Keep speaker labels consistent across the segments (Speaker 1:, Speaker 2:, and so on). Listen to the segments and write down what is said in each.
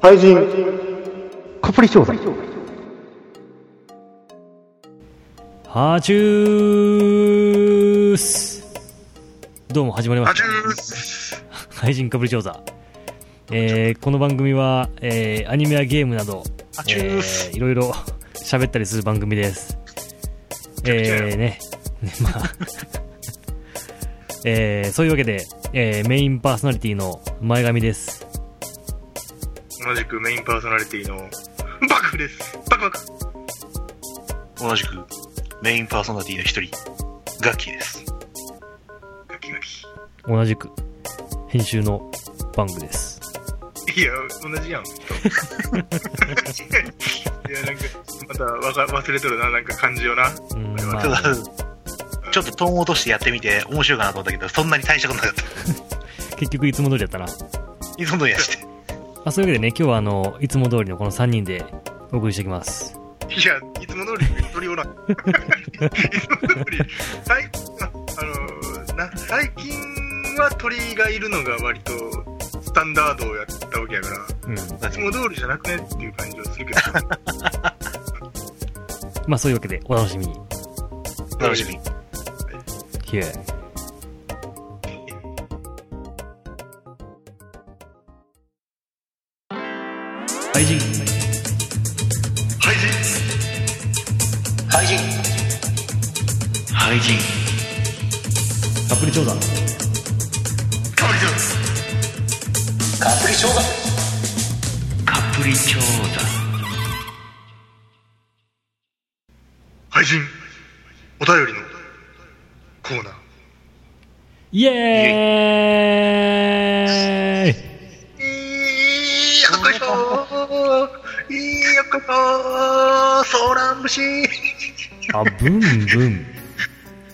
Speaker 1: 廃人カプリ調査
Speaker 2: はちゅーすどうも始まりました配信かぶり調査、えー、この番組は、えー、アニメやゲームなど、えー、いろいろ 喋ったりする番組ですえー、ねねまあ えー、そういうわけで、えー、メインパーソナリティの前髪です
Speaker 3: 同じくメインパーソナリティのバクですバクバク
Speaker 4: 同じくメインパーソナリティの一人ガッキーです
Speaker 3: ガキガキ
Speaker 2: 同じく編集のバングです
Speaker 3: いや同じやんきっといやなんかまたわか忘れとるななんか感じよな
Speaker 2: うん
Speaker 3: これは
Speaker 2: ま
Speaker 4: た
Speaker 2: あ
Speaker 4: だ ちょっとトーン落としてやってみて面白いかなと思ったけどそんなに大したことなかった
Speaker 2: 結局いつも通りだったな
Speaker 4: どんどん やして
Speaker 2: まあ、そういうわけでね、今日はあの、いつも通りのこの3人でお送りしていきます。
Speaker 3: いやいつも通り鳥おらんいつも通り最近ああのな最近は鳥がいるのが割とスタンダードをやったわけやから
Speaker 2: うん。
Speaker 3: いつも通りじゃなくねっていう感じはするけど
Speaker 2: まあ、そういうわけで、お楽しみに。
Speaker 4: 楽しみ
Speaker 2: ひえ。愛人。
Speaker 3: 廃人
Speaker 4: 廃人廃人
Speaker 2: アプリ調査。
Speaker 3: カプリ調
Speaker 4: カプリ調査カプリ調査
Speaker 3: 配信お便りのコーナー
Speaker 2: イエーイ
Speaker 3: いいよっこいしょいいよっこいしょソーラン節
Speaker 2: あ、ブンブン。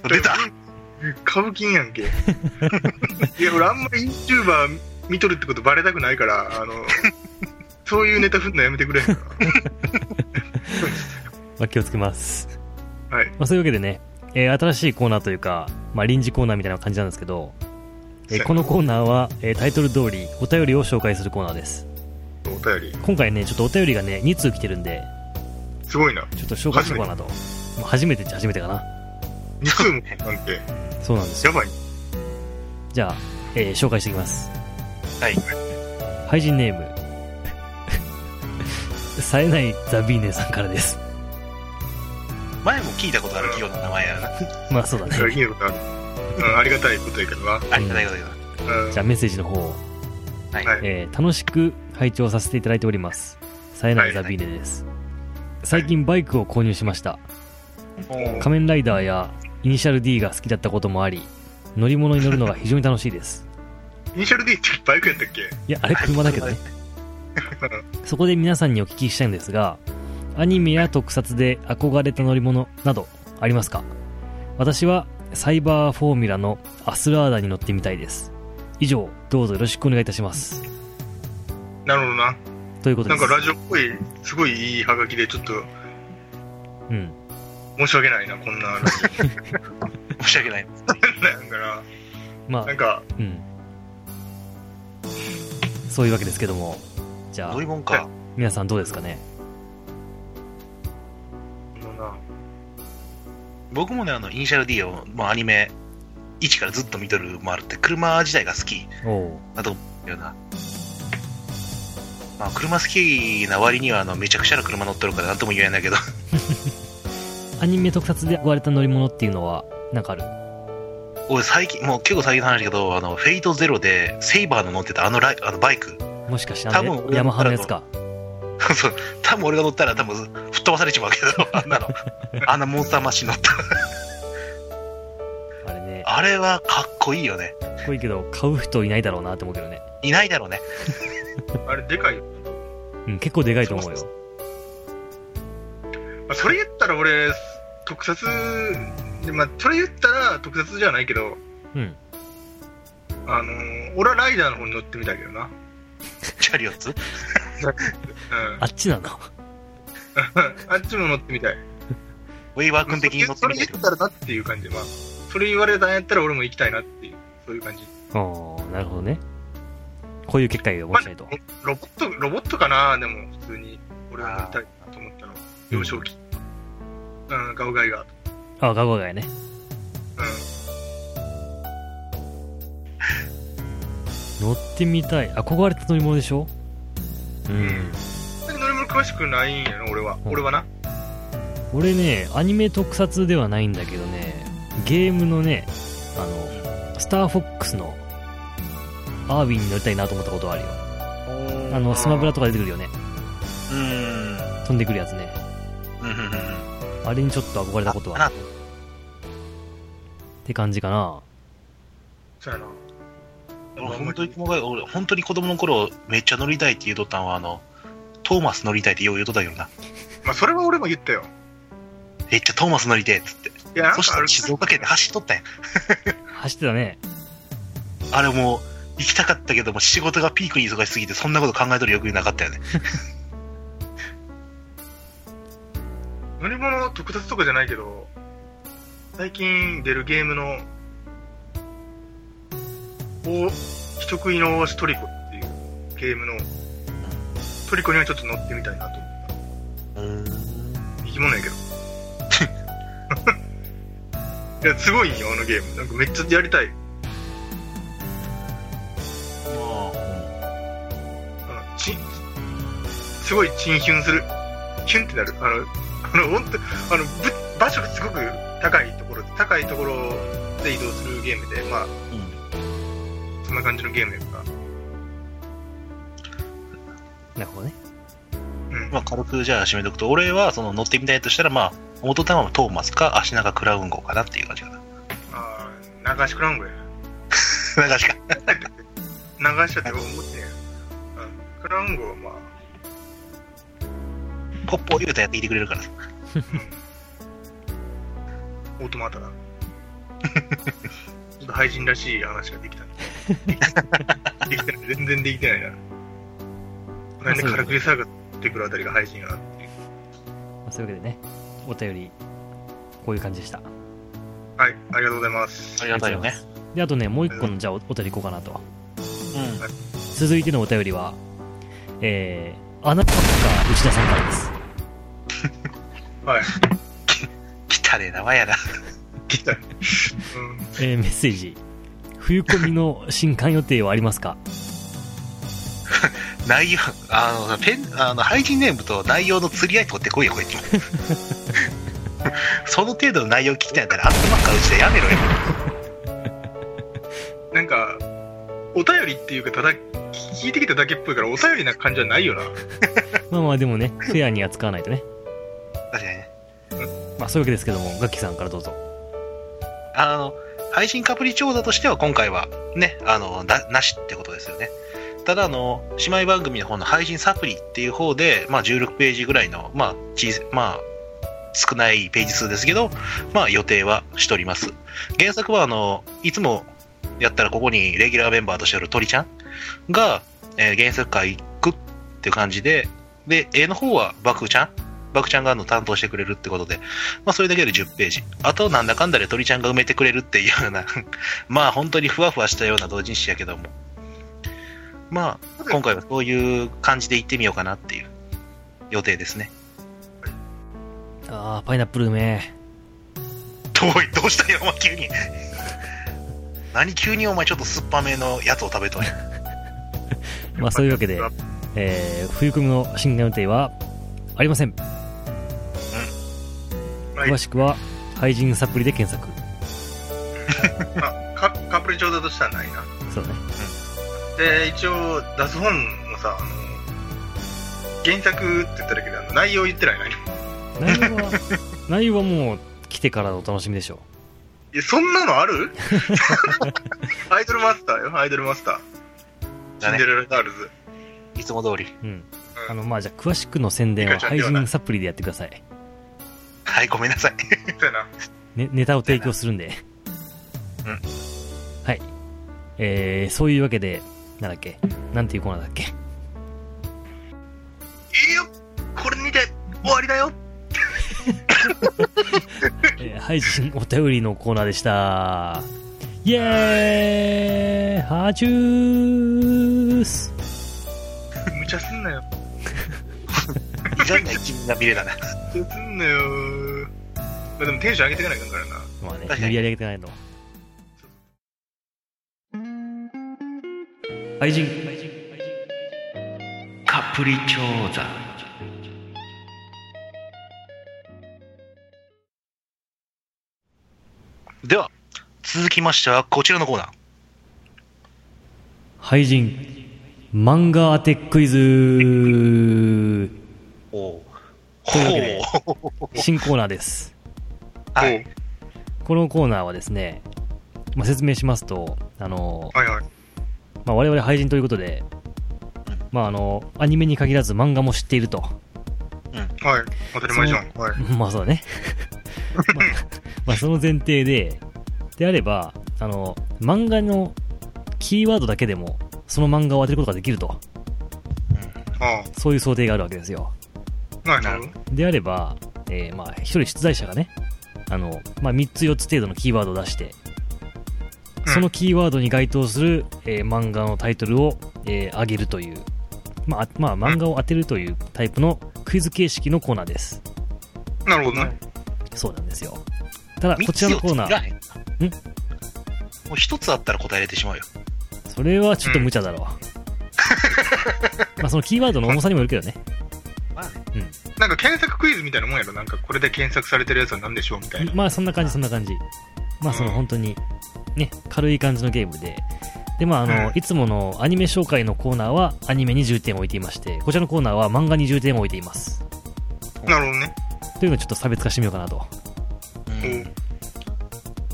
Speaker 4: 出た
Speaker 3: 歌舞伎や んけいや俺あんま YouTuber 見とるってことバレたくないからあのそういうネタ振るのやめてくれへんか
Speaker 2: まあ、気をつけます。
Speaker 3: なはい
Speaker 2: まあ、そういうわけでね、えー新しいコーナーというか、まあ、臨時コーナーみたいな感じなんですけど、えー
Speaker 3: そう
Speaker 2: このコーナーは、えータイトル通りお便りを紹介するコーナーです
Speaker 3: お便り
Speaker 2: 今回ねちょっとお便りがね2通来てるんです
Speaker 3: ごいな
Speaker 2: ちょっと紹介しようかなとまあ初めてっちゃ初めてかな
Speaker 3: 2通もなんて
Speaker 2: そうなんですよ
Speaker 3: やばい
Speaker 2: じゃあ、えー紹介していきます
Speaker 4: はい
Speaker 2: 俳人ネーム冴えないザ・ビーネさんからです
Speaker 4: 前も聞いたことある企業の名前やな
Speaker 2: まあそうだね
Speaker 3: それ聞いたことある、うん、ありがたいことやけどな、
Speaker 4: ありがたいことやな
Speaker 3: うん
Speaker 2: じゃあメッセージの方を、
Speaker 4: はい
Speaker 3: はい
Speaker 2: えー楽しく拝聴させていただいております冴えないザ・ビーネです、最近バイクを購入しました仮面ライダーやイニシャル D が好きだったこともあり乗り物に乗るのが非常に楽しいです
Speaker 3: イニシャル D ってバイクやったっけ
Speaker 2: いやあれ車だけ どねそこで皆さんにお聞きしたいんですがアニメや特撮で憧れた乗り物などありますか私はサイバーフォーミュラのアスラーダに乗ってみたいです以上どうぞよろしくお願いいたします
Speaker 3: なるほどな
Speaker 2: ということ
Speaker 3: な
Speaker 2: で
Speaker 3: ん
Speaker 2: す
Speaker 3: かラジオっぽい、すごいいいハガキで、ちょっと
Speaker 2: うん、
Speaker 3: 申し訳ないな、こんなラジ
Speaker 4: 申し訳ない
Speaker 3: オなんか
Speaker 2: ま
Speaker 3: な。
Speaker 2: あ
Speaker 3: なんか、
Speaker 2: うんそういうわけですけどもじゃ
Speaker 4: どういう
Speaker 2: あ
Speaker 4: もんか
Speaker 2: 皆さんどうですかね
Speaker 3: なんだろ
Speaker 4: 僕もねあのイニシャル D を、まあ、アニメ1からずっと見とるもあるって車自体が好き
Speaker 2: おお
Speaker 4: だと思うよなまあ車好きな割にはあのめちゃくちゃな車乗っとるからなんとも言えないけど
Speaker 2: アニメ特撮で憧れた乗り物っていうのはなんかある
Speaker 4: 俺最近もう結構最近の話だけどあのフェイトゼロでセイバーの乗ってたあのライあのバイク
Speaker 2: もしかしてあ
Speaker 4: 多
Speaker 2: の
Speaker 4: 分
Speaker 2: ヤマハのやつか
Speaker 4: そう多分俺が乗ったら多分吹っ飛ばされちまうけど あんなのあんなモンスターマシン乗った
Speaker 2: あれね
Speaker 4: あれはかっこいいよね
Speaker 2: かっこいいけど買う人いないだろうなって思うけどね、
Speaker 4: いないだろうね
Speaker 3: うなあれ、でかい。
Speaker 2: うん、結構でかいと思うよ
Speaker 4: そう
Speaker 3: まあ、それ言ったら俺、特撮、でまあ、それ言ったら特撮じゃないけど、
Speaker 2: うん
Speaker 3: あのー俺はライダーの方に乗ってみたいけどな。
Speaker 4: チャリオッツ
Speaker 3: うん、
Speaker 2: あっちなの
Speaker 3: あっちも乗ってみたい。
Speaker 4: ウェイワー君的に乗って
Speaker 3: それ
Speaker 4: みたい
Speaker 3: 言ったらなっていう感じで、まあ、 それ言われたんやったら俺も行きたいなっていう、そういう感じ。
Speaker 2: ああなるほどねこういう結果を申しないと。
Speaker 3: ロボット、ロボットかなでも、普通に、俺はなりたいなと思ったの。幼少期。うん、ガオガイが。
Speaker 2: あ、ガゴガイね。
Speaker 3: う
Speaker 2: 乗ってみたい。憧れた乗り物でしょうん。
Speaker 3: ん。で乗り物詳しくないんやろ、俺は。
Speaker 2: うん
Speaker 3: 俺はな。
Speaker 2: 俺ね、アニメ特撮ではないんだけどね、ゲームのね、あの、スターフォックスのアーウィンに乗りたいなと思ったことはあるよ。あの、スマブラとか出てくるよね。
Speaker 4: うん。
Speaker 2: 飛んでくるやつね。
Speaker 4: うんうんうんうん。
Speaker 2: あれにちょっと憧れたことはあるって感じかな。
Speaker 3: そうやな。
Speaker 4: 俺本当に細かい俺本当に子供の頃めっちゃ乗りたいって言うとったんはあのトーマス乗りたいってよう言うとったけどな
Speaker 3: まあ、それは俺も言ったよ。
Speaker 4: めっちゃトーマス乗りてえっつって
Speaker 3: いや、なん
Speaker 4: そし
Speaker 3: かあ
Speaker 4: た
Speaker 3: る
Speaker 4: ら。静岡県で走っとったんや
Speaker 2: 走ってたね。
Speaker 4: あれもう行きたかったけども仕事がピークに忙しすぎてそんなこと考えとる余裕なかったよね
Speaker 3: 乗り物特撮とかじゃないけど、最近出るゲームの、お、人食いのトリコっていうゲームの、トリコにはちょっと乗ってみたいなと思っ
Speaker 4: うん
Speaker 3: た。生き物や けど。いや、すごいよ、あのゲーム。なんかめっちゃやりたい。
Speaker 4: あ
Speaker 3: あの、ち、すごいチンヒュンする。キュンってなる。あの、あの、本当あの、ぶ場所がすごく高いところ、高いところで移動するゲームで、まあ、そんな感じのゲームやから。
Speaker 2: なるほどね。
Speaker 3: うん。
Speaker 4: まあ軽くじゃあ締めとくと俺はその乗ってみたいとしたらまあ元玉はトーマスか足長クラウン号かなっていう感じかな
Speaker 3: ああ、流しクランブや。
Speaker 4: なんかしか
Speaker 3: 流しちゃって思ってんや。うん。クランゴはまあ、
Speaker 4: ポッポリュータやっていてくれるからさ
Speaker 3: オートマータだ。ちょっと廃人らしい話ができたね。できてない。全然できてないな。この辺でカラクリサーが出てくるあたりが廃人やなっていう。
Speaker 2: まあそういうわけでね、お便り、こういう感じでした。
Speaker 3: はい、ありがとうございます。
Speaker 4: ありがたいよね
Speaker 2: で、あとね、もう一個の、じゃあおお便りいこうかなと。
Speaker 4: うん
Speaker 2: 続いてのお便りは、えー、アナパッカー内田さんからです。
Speaker 3: はい、
Speaker 4: 汚ねえ名前やな
Speaker 3: 聞きたい。うん。
Speaker 2: えーメッセージ冬コミの新刊予定はありますか
Speaker 4: 内容、あの、ペン、あの、配信ネームと内容の釣り合い取ってこいよ、こい つ。その程度の内容聞きたいんだったら、頭からうちでやめろよ。
Speaker 3: なんか、お便りっていうか、ただ、聞いてきただけっぽいから、お便りな感じはないよ な。
Speaker 2: まあまあでもねフェアに扱わないとね
Speaker 4: 確かにね。
Speaker 2: まあそういうわけですけどもガッキーさんからどうぞ
Speaker 4: あの、配信カプリ調査としては今回は、ね、あの、な、なしってことですよね。ただ、あの、姉妹番組の方の配信サプリっていう方で、まあ、16ページぐらいの、まあ、小さまあ、少ないページ数ですけど、まあ、予定はしております。原作は、あの、いつもやったらここにレギュラーメンバーとしておる鳥ちゃんが、えー原作会行くっていう感じで、で、絵の方はバクちゃんバクちゃんがあの担当してくれるってことで、まあ、それだけで10ページ。あと、なんだかんだで鳥ちゃんが埋めてくれるっていうような、 まあ、本当にふわふわしたような同人誌やけども。まあ、今回はそういう感じで行ってみようかなっていう予定ですね。
Speaker 2: ああパイナップルうめ
Speaker 4: どうい、どうしたよ、お前急に。 何急にお前ちょっと酸っぱめのやつを食べとんや
Speaker 2: えまあそういうわけで、えー冬コミの新刊予定はありません
Speaker 3: はい
Speaker 2: 詳、しくは配信サプリで検索
Speaker 3: あカカプリ調査としてはないな。
Speaker 2: そうだね
Speaker 3: で、一応、出す本もさ、あの、原作って言っただけで、あの内容言ってない な。い
Speaker 2: 内容 は内容はもう来てからのお楽しみでしょ
Speaker 3: や、そんなのあ るアイドルマスターよ、アイドルマスター。シ
Speaker 4: だ
Speaker 3: ン
Speaker 4: ね
Speaker 3: デレラガールズ。
Speaker 4: いつも通り。
Speaker 2: う、うん、
Speaker 3: う
Speaker 2: あ
Speaker 3: ん
Speaker 2: のまあじゃあ詳しくの宣伝は配信サプリでやってください、
Speaker 4: はい、ごめんなさい。
Speaker 3: そうやな。
Speaker 2: ね、ネタを提供するんで
Speaker 4: うん
Speaker 2: はいえー、そういうわけでなんだっけなんていうコーナーだっけ
Speaker 3: いいよこれにて終わりだよ
Speaker 2: えー配信お便りのコーナーでした。イエーイハチュース
Speaker 3: 無茶すんなよ。
Speaker 4: 意外な一面が見れたな。
Speaker 3: 無茶すんなよ。まあでもテンション上げていかないかんからな。
Speaker 2: まあね
Speaker 4: 確か、に
Speaker 2: 無理やり上げてないの。愛人。
Speaker 4: カプリチョーザ。では、続きましてはこちらのコーナー。
Speaker 2: 廃人。漫画当てクイズ
Speaker 4: おう
Speaker 2: というわけで
Speaker 4: ほう。
Speaker 2: 新コーナーです。
Speaker 4: はい。
Speaker 2: このコーナーはですね、まあ、説明しますと、あの、
Speaker 3: はいはい。
Speaker 2: まあ、我々廃人ということで、まあ、あの、アニメに限らず漫画も知っていると。
Speaker 3: はい。当たり前じゃん。はい。
Speaker 2: まあそうだね。まあ、まあその前提で、であれば、あの、漫画のキーワードだけでも、その漫画を当てることができると、
Speaker 3: あ
Speaker 2: そういう想定があるわけですよ。
Speaker 3: あ。はい、なるほど。
Speaker 2: であれば、えーまあ、一人出題者がね、あの、まあ、3つ4つ程度のキーワードを出して、
Speaker 3: うん
Speaker 2: そのキーワードに該当する、えー漫画のタイトルを、えー上げるという、まあ、あまあ、漫画を当てるというタイプのクイズ形式のコーナーです。
Speaker 3: なるほどね。
Speaker 2: そうなんですよ。ただ、
Speaker 4: 三
Speaker 2: こちらのコーナ
Speaker 4: つよ
Speaker 2: ー、
Speaker 4: りいらへんもう一つあったら答えれてしまうよ。
Speaker 2: それはちょっと無茶だろう。まあ、そのキーワードの重さにもよるけどね。
Speaker 4: まあね。
Speaker 3: なんか検索クイズみたいなもんやろ。なんかこれで検索されてるやつは何でしょうみたいな。
Speaker 2: まあそんな感じそんな感じまあその
Speaker 3: うん
Speaker 2: 本当にね軽い感じのゲームででまああの、
Speaker 3: うん
Speaker 2: いつものアニメ紹介のコーナーはアニメに重点を置いていましてこちらのコーナーは漫画に重点を置いています
Speaker 3: なるほどね。
Speaker 2: というのをちょっと差別化してみようかなと
Speaker 4: うん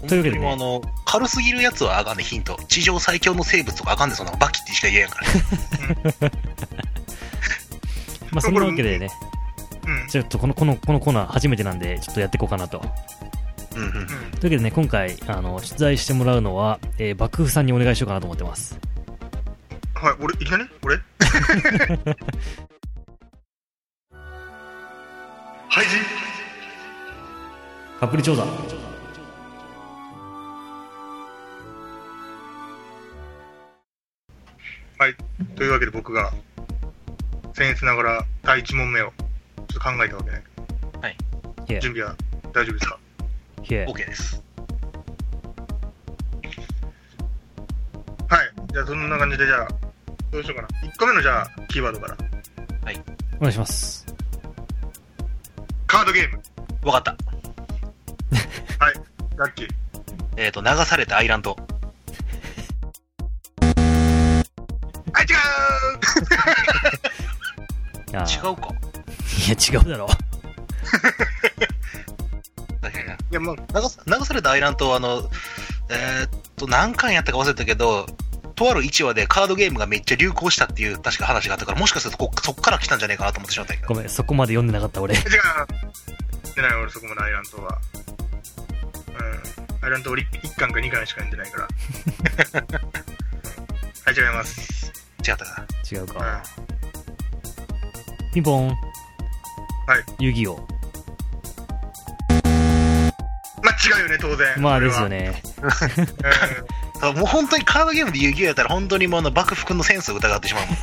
Speaker 2: というわけでね
Speaker 4: 本当にもうあの軽すぎるやつはあかんねヒント地上最強の生物とかあかんねそんなのバキってしか言えやんから
Speaker 2: まあそんなわけでね
Speaker 3: うん。
Speaker 2: ちょっとこのこのこのコーナー初めてなんでちょっとやっていこうかなとという
Speaker 4: うんうん
Speaker 3: うん。
Speaker 2: わけでね今回あの出題してもらうのは、えー幕府さんにお願いしようかなと思ってます
Speaker 3: はい。俺、いきなり俺廃人
Speaker 2: カプリ調査
Speaker 3: はい。というわけで僕が、僭越ながら第1問目をちょっと考えたわけね。
Speaker 4: はい。
Speaker 2: Yeah.
Speaker 3: 準備は大丈夫ですか
Speaker 2: ひえ
Speaker 4: OK です
Speaker 3: はい。じゃあそんな感じで、じゃあ、どうしようかな。1個目のじゃあ、キーワードから。
Speaker 2: お願いします
Speaker 3: カードゲーム。
Speaker 4: わかった
Speaker 3: はい。ラッキー。
Speaker 4: えっ、と流されたアイランド
Speaker 3: はい、違う
Speaker 2: あ
Speaker 4: 違
Speaker 2: ー
Speaker 4: うか
Speaker 2: いや違うだろ
Speaker 4: 確かにない
Speaker 3: や、もう、
Speaker 4: 流さ流されたアイランドはあのえっ、と何巻やったか忘れたけどとある1話でカードゲームがめっちゃ流行したっていう確か話があったからもしかするとこそっから来たんじゃねえかなと思ってしまったんやけど
Speaker 2: ごめんそこまで読んでなかった俺
Speaker 3: 違う出ない俺そこまでアイランドは。うん。アイランド俺1巻か2巻しか読んでないから。 はい、違います。
Speaker 4: 違ったか
Speaker 2: 違う
Speaker 3: う
Speaker 2: か
Speaker 3: ん。。
Speaker 2: ピンポン。はい遊戯王。
Speaker 3: まあ違うよね、当然。
Speaker 2: まあ
Speaker 3: それ
Speaker 2: で
Speaker 3: は
Speaker 2: すよ。ね。
Speaker 3: うん
Speaker 4: なもう本当にカードゲームで遊戯王やったら本当にもうあの幕府君のセンスを疑ってしまうもん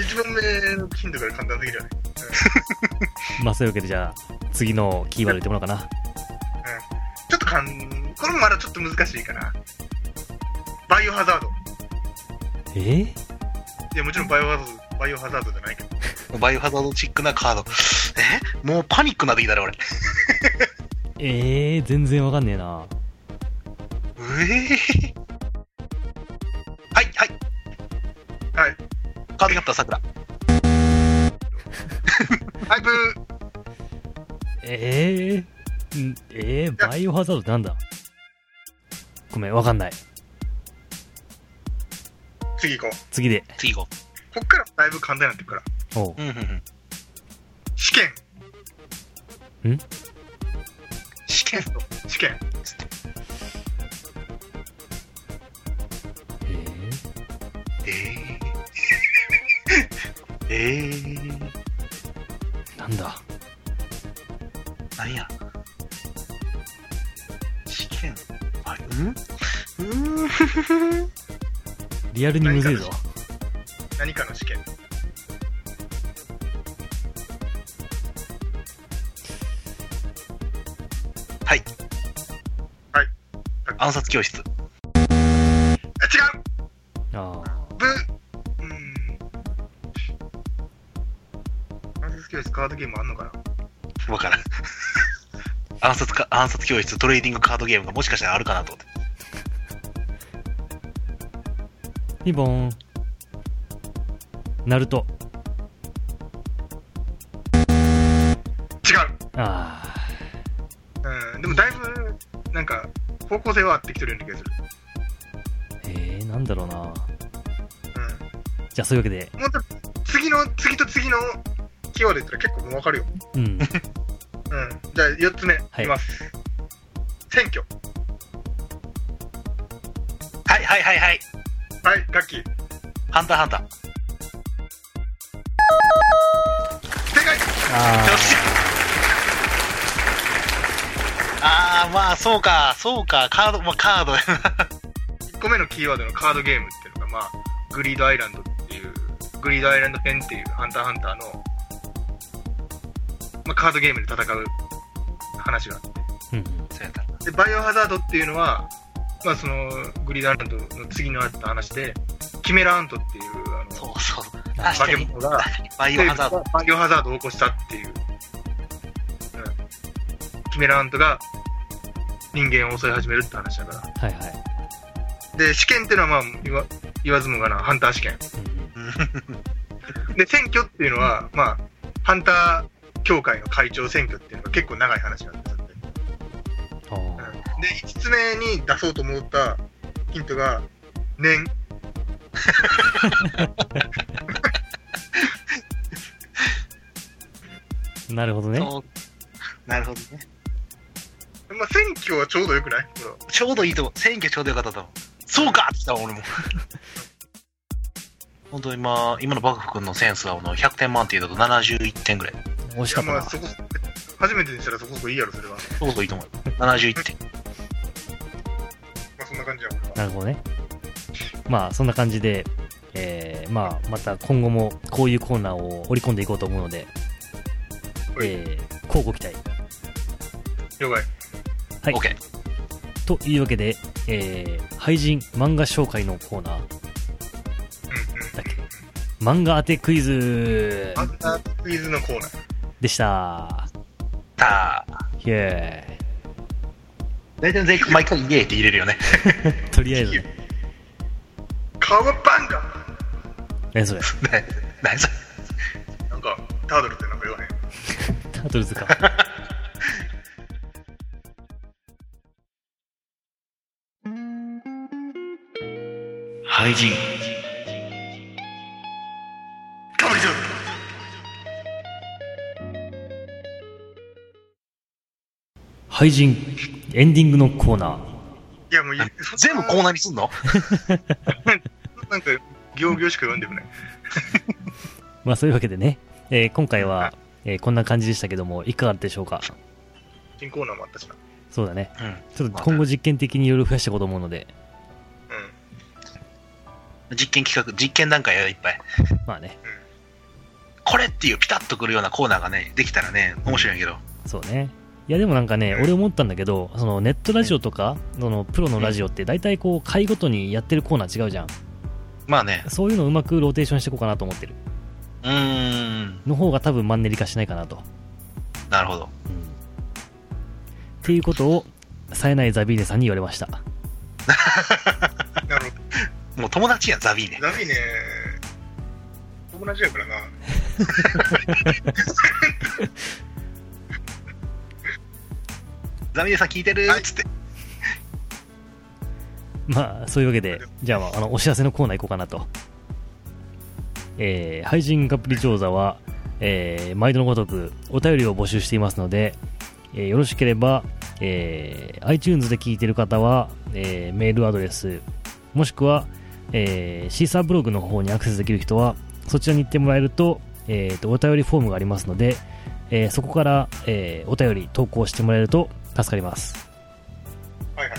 Speaker 3: 一問目のヒントから簡単すぎるよね。
Speaker 2: まあそういうわけでじゃあ、次のキーワード言ってもらおうかな。
Speaker 3: ちょっとかん、これもまだちょっと難しいかな。バイオハザード。
Speaker 2: え
Speaker 3: いや、もちろんバイオハザード、バイオハザードじゃないけど。
Speaker 4: もうバイオハザードチックなカード。えもうパニックになってきたね、俺。
Speaker 2: えー、全然わかんねえな。
Speaker 4: ええはい、はい。
Speaker 3: はい。
Speaker 4: カードキャプターさくら。
Speaker 3: はい、ブー。
Speaker 2: えー、んえー、バイオハザードってなんだごめん、わかんない。
Speaker 3: 次行こう。
Speaker 2: 次で。
Speaker 4: 次行こ
Speaker 3: こっからだいぶ簡単になってくから。
Speaker 2: おう
Speaker 4: う。うんうんうん。
Speaker 3: 試験。
Speaker 2: ん
Speaker 4: 試験
Speaker 3: 試験。
Speaker 2: えー、
Speaker 4: ええええ
Speaker 2: なんだ
Speaker 4: なんや。試験あれ、ん
Speaker 2: リアルにむずいぞ。
Speaker 3: 何かの試験。
Speaker 4: はい。
Speaker 3: はい。
Speaker 4: 暗殺教室。
Speaker 3: あ違う
Speaker 2: あ
Speaker 3: ブうん。アンセス教室カードゲームあんのかな
Speaker 4: わからん。 暗殺か、暗殺教室、トレーディングカードゲームがもしかしたらあるかなと思って。
Speaker 2: ーピンポン。ナルト。
Speaker 3: 違う
Speaker 2: あ
Speaker 3: うん、でもだいぶ、なんか、方向性は合ってきてるような気がする。
Speaker 2: あ。えー、なんだろうな。じゃあ、そういうわけで
Speaker 3: う、ん。もっと、次の、次と次のキーワード言ったら結構もうわかるよ。
Speaker 2: うん。
Speaker 3: うん。じゃあ、4つ目、
Speaker 2: い
Speaker 3: いきます。選挙。
Speaker 4: はいはいはいはい。
Speaker 3: はい、ガッキー。
Speaker 4: ハンターハンター。よ
Speaker 3: 正解
Speaker 2: あ
Speaker 4: っしゃ。あー、まあ、そうか、そうか、カード、まあ、カード。
Speaker 3: 1個目のキーワードのカードゲームっていうのが、まあ、グリードアイランドっていう、グリードアイランド編っていうハンターハンターの、まあ、カードゲームで戦う話があって。
Speaker 2: ー。うん。
Speaker 4: そうやった
Speaker 3: で、バイオハザードっていうのは、まあ、その、グリードアイランドの次のあった話で、キメラアントっていう、あの、
Speaker 4: そうそう。確
Speaker 3: 化
Speaker 4: か
Speaker 3: け
Speaker 4: に、
Speaker 3: 物が、
Speaker 4: バイオハザード。
Speaker 3: バイオハザードを起こしたっていう、うん、キメラアントが人間を襲い始めるって話だか
Speaker 2: は
Speaker 3: ら
Speaker 2: いはい。
Speaker 3: で試験っていうのは、まあ、言わ言わずもがなハンター試験
Speaker 2: うん
Speaker 3: で選挙っていうのは、まあ、ハンター協会の会長選挙っていうのが結構長い話なんですよね、
Speaker 2: あ
Speaker 3: うんで5つ目に出そうと思ったヒントが年
Speaker 2: あ。なるほどね。
Speaker 4: そうなるほどね。
Speaker 3: まあ選挙はちょうどよくないこれは
Speaker 4: ちょうどいいと思う。選挙ちょうどよかったと思う。そうかって言ったわ俺も。 本当今、今のバクフ君のセンスはあの100点満点だと71点ぐらい。
Speaker 2: 惜しかっ
Speaker 3: い
Speaker 2: た
Speaker 3: やまあ
Speaker 2: な。
Speaker 3: そこ初めてにしたらそこそこいいやろそれは、
Speaker 4: ちょうどいいと思う。71点。
Speaker 3: まあ、そんな感じやもん
Speaker 2: なるほどね。まあ、そんな感じで、えー、まあ、また今後もこういうコーナーを織り込んでいこうと思うので、
Speaker 3: はい
Speaker 2: えー、乞うご期待。
Speaker 3: 了解
Speaker 2: はい。
Speaker 4: OK。
Speaker 2: というわけで、えー、廃人漫画紹介のコーナー
Speaker 3: うんうん
Speaker 2: だっけ漫画当てクイズ
Speaker 3: あんなクイズのコーナー。
Speaker 2: でした。
Speaker 4: たー。
Speaker 2: イェーイ。
Speaker 4: 大体全員毎回イエーって入れるよね。
Speaker 2: とりあえず、ね、
Speaker 3: 川パンが
Speaker 2: 何それ
Speaker 4: ね何それ
Speaker 3: なんか、タートルってなんか言わへん。
Speaker 2: タートルズか。
Speaker 4: 廃人。
Speaker 3: かぶりちゃう
Speaker 2: 廃人エンディングのコーナー。
Speaker 3: いや、もういい、
Speaker 4: 全部コー
Speaker 3: ナ
Speaker 4: ナーにすんの
Speaker 3: ー。なんか、行々しく読んでもね。
Speaker 2: まあそういうわけでね、えー今回は、えーこんな感じでしたけども、いかがでしょうか
Speaker 3: 新コーナーもあったしな。
Speaker 2: そうだね。
Speaker 4: う。
Speaker 2: ちょっと今後実験的にいろいろ増やしていこうと思うので、
Speaker 3: うん
Speaker 4: 実験企画、実験段階がいっぱい。
Speaker 2: まあね、
Speaker 4: これっていうピタッとくるようなコーナーがね、できたらね、面白いんやけど。
Speaker 2: そうね。いやでもなんかね、俺思ったんだけど、そのネットラジオとか、そのプロのラジオって大体こう、回ごとにやってるコーナー違うじゃん。
Speaker 4: まあね。
Speaker 2: そういうのをうまくローテーションしていこうかなと思ってる。
Speaker 4: うーん。
Speaker 2: の方が多分マンネリ化しないかなと。
Speaker 4: なるほど。
Speaker 2: うん。っていうことを、冴えないザビーネさんに言われました。
Speaker 3: なるほど。
Speaker 4: もう友達やん、ザビーね。
Speaker 3: ダビね、友達やからな。
Speaker 4: ザビーさん聞いてる
Speaker 3: はい
Speaker 4: つって。
Speaker 2: まあ、そういうわけで、じゃあ、あの、お知らせのコーナー行こうかなと。えー、廃人カプリ調査は、えー、毎度のごとくお便りを募集していますので、えーよろしければ、えー、iTunes で聞いてる方は、えーメールアドレス、もしくは、えーシーサーブログの方にアクセスできる人は、そちらに行ってもらえると、えーと、お便りフォームがありますので、えーそこから、えーお便り投稿してもらえると助かります。
Speaker 3: はいはい。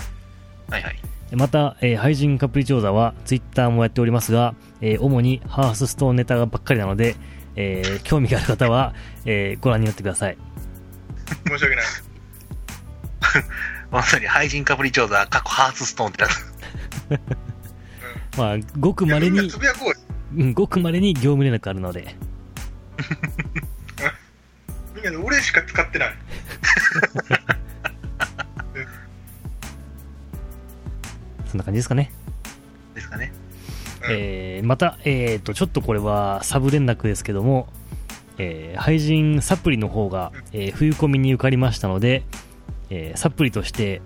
Speaker 4: はいはい。
Speaker 2: また、えー、廃人カプリチョーザはツイッターもやっておりますが、えー主にハースストーンネタばっかりなので、えー興味がある方は、えーご覧になってください。
Speaker 3: 申し 訳ない。
Speaker 4: まさに廃人カプリチョーザ、過去ハーツストーンってなった。
Speaker 2: まあ、ごくまれ
Speaker 3: いやみん
Speaker 2: に
Speaker 3: なつ、ぶやこうよ。
Speaker 2: うんごくまれに業務連絡あるので、
Speaker 3: みんなで俺しか使ってない。
Speaker 2: そんな感じですかね。
Speaker 4: ですかね。
Speaker 3: うん
Speaker 2: えーまた、えー、とちょっとこれはサブ連絡ですけども、えー、配信サプリの方が、えー冬コミに受かりましたので、えーサプリとして、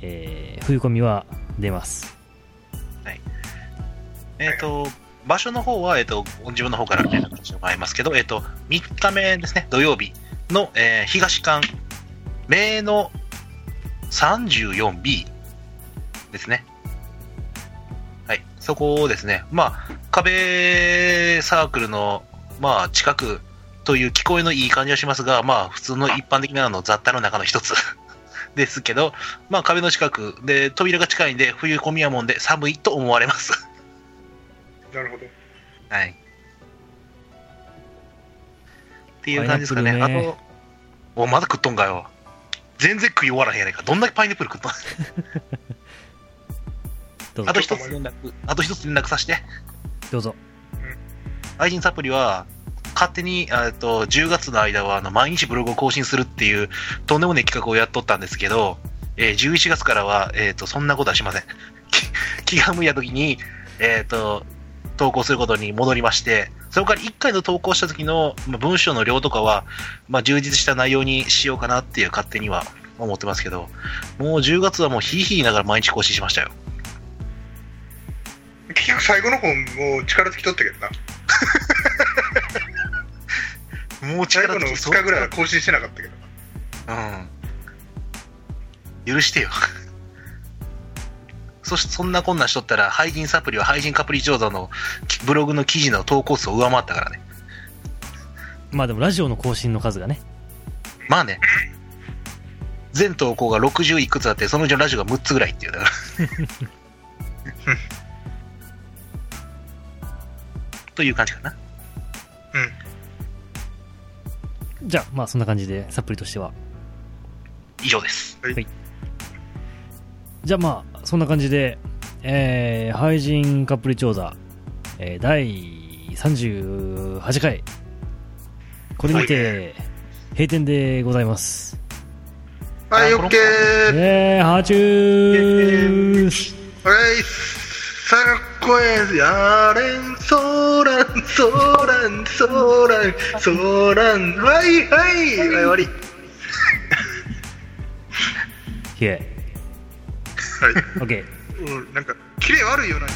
Speaker 2: えー冬コミは出ます
Speaker 4: えっ、と、場所の方は、えっ、と、自分の方から連絡してもらいますけど、えっ、と、3日目ですね、土曜日の、えー東館、名の 34B ですね。はい、そこをですね、まあ、壁サークルの、まあ、近くという聞こえのいい感じはしますが、まあ、普通の一般的なあの雑多の中の一つ ですけど、まあ、壁の近くで、扉が近いんで、冬込みやもんで寒いと思われます。
Speaker 3: なるほど。
Speaker 4: はい。っていう感じですかね。
Speaker 2: パイナ
Speaker 4: あ
Speaker 2: ップルね
Speaker 4: と、お、まだ食っとんかよ。全然食い終わらへんやないか。どんだけパイナップル食っとん
Speaker 2: どうぞ
Speaker 4: あと一つ連絡、あと一つ連絡させて。
Speaker 2: どうぞ
Speaker 4: 愛人サプリは、勝手に、えっと、10月の間は、あの、毎日ブログを更新するっていう、とんでもない企画をやっとったんですけど、えー11月からは、えっ、と、そんなことはしません。気気が向いた時に、えっ、と、投稿することに戻りまして、その代わり1回の投稿した時の、まあ、文章の量とかは、まあ、充実した内容にしようかなっていう勝手には思ってますけど、もう10月はもうヒーヒー言いながら毎日更新しましたよ。
Speaker 3: 結局最後の方もう力尽きとったけどな。
Speaker 4: もう
Speaker 3: 最
Speaker 4: 力
Speaker 3: 後の
Speaker 4: 尽きそ
Speaker 3: 2
Speaker 4: う
Speaker 3: 日ぐらいは更新してなかったけど。
Speaker 4: うん。許してよ。 そしそんなこんなしとったら、廃人サプリは廃人カプリチョーザのきブログの記事の投稿数を上回ったからね。
Speaker 2: まあでもラジオの更新の数がね
Speaker 4: まあね。全投稿が60いくつあって、そのうちのラジオが6つぐらいっていう。だからという感じかな。
Speaker 2: じゃあまあそんな感じでサプリとしては
Speaker 4: 以上です。
Speaker 2: じゃあまあそんな感じで、えー、廃人カプリ調査、えー、第38回これにて閉店でございます、
Speaker 3: はい、
Speaker 4: あ
Speaker 3: オ
Speaker 4: この
Speaker 3: ッケー。
Speaker 2: えー、ハーチュース
Speaker 3: はい、さらこえ、やれん、そらん、そらん、そらん、そらん、はい、はい、はい、終わり。
Speaker 2: ヒエ
Speaker 3: はい、
Speaker 2: オッケー
Speaker 3: うんなんか、キレ悪いよな。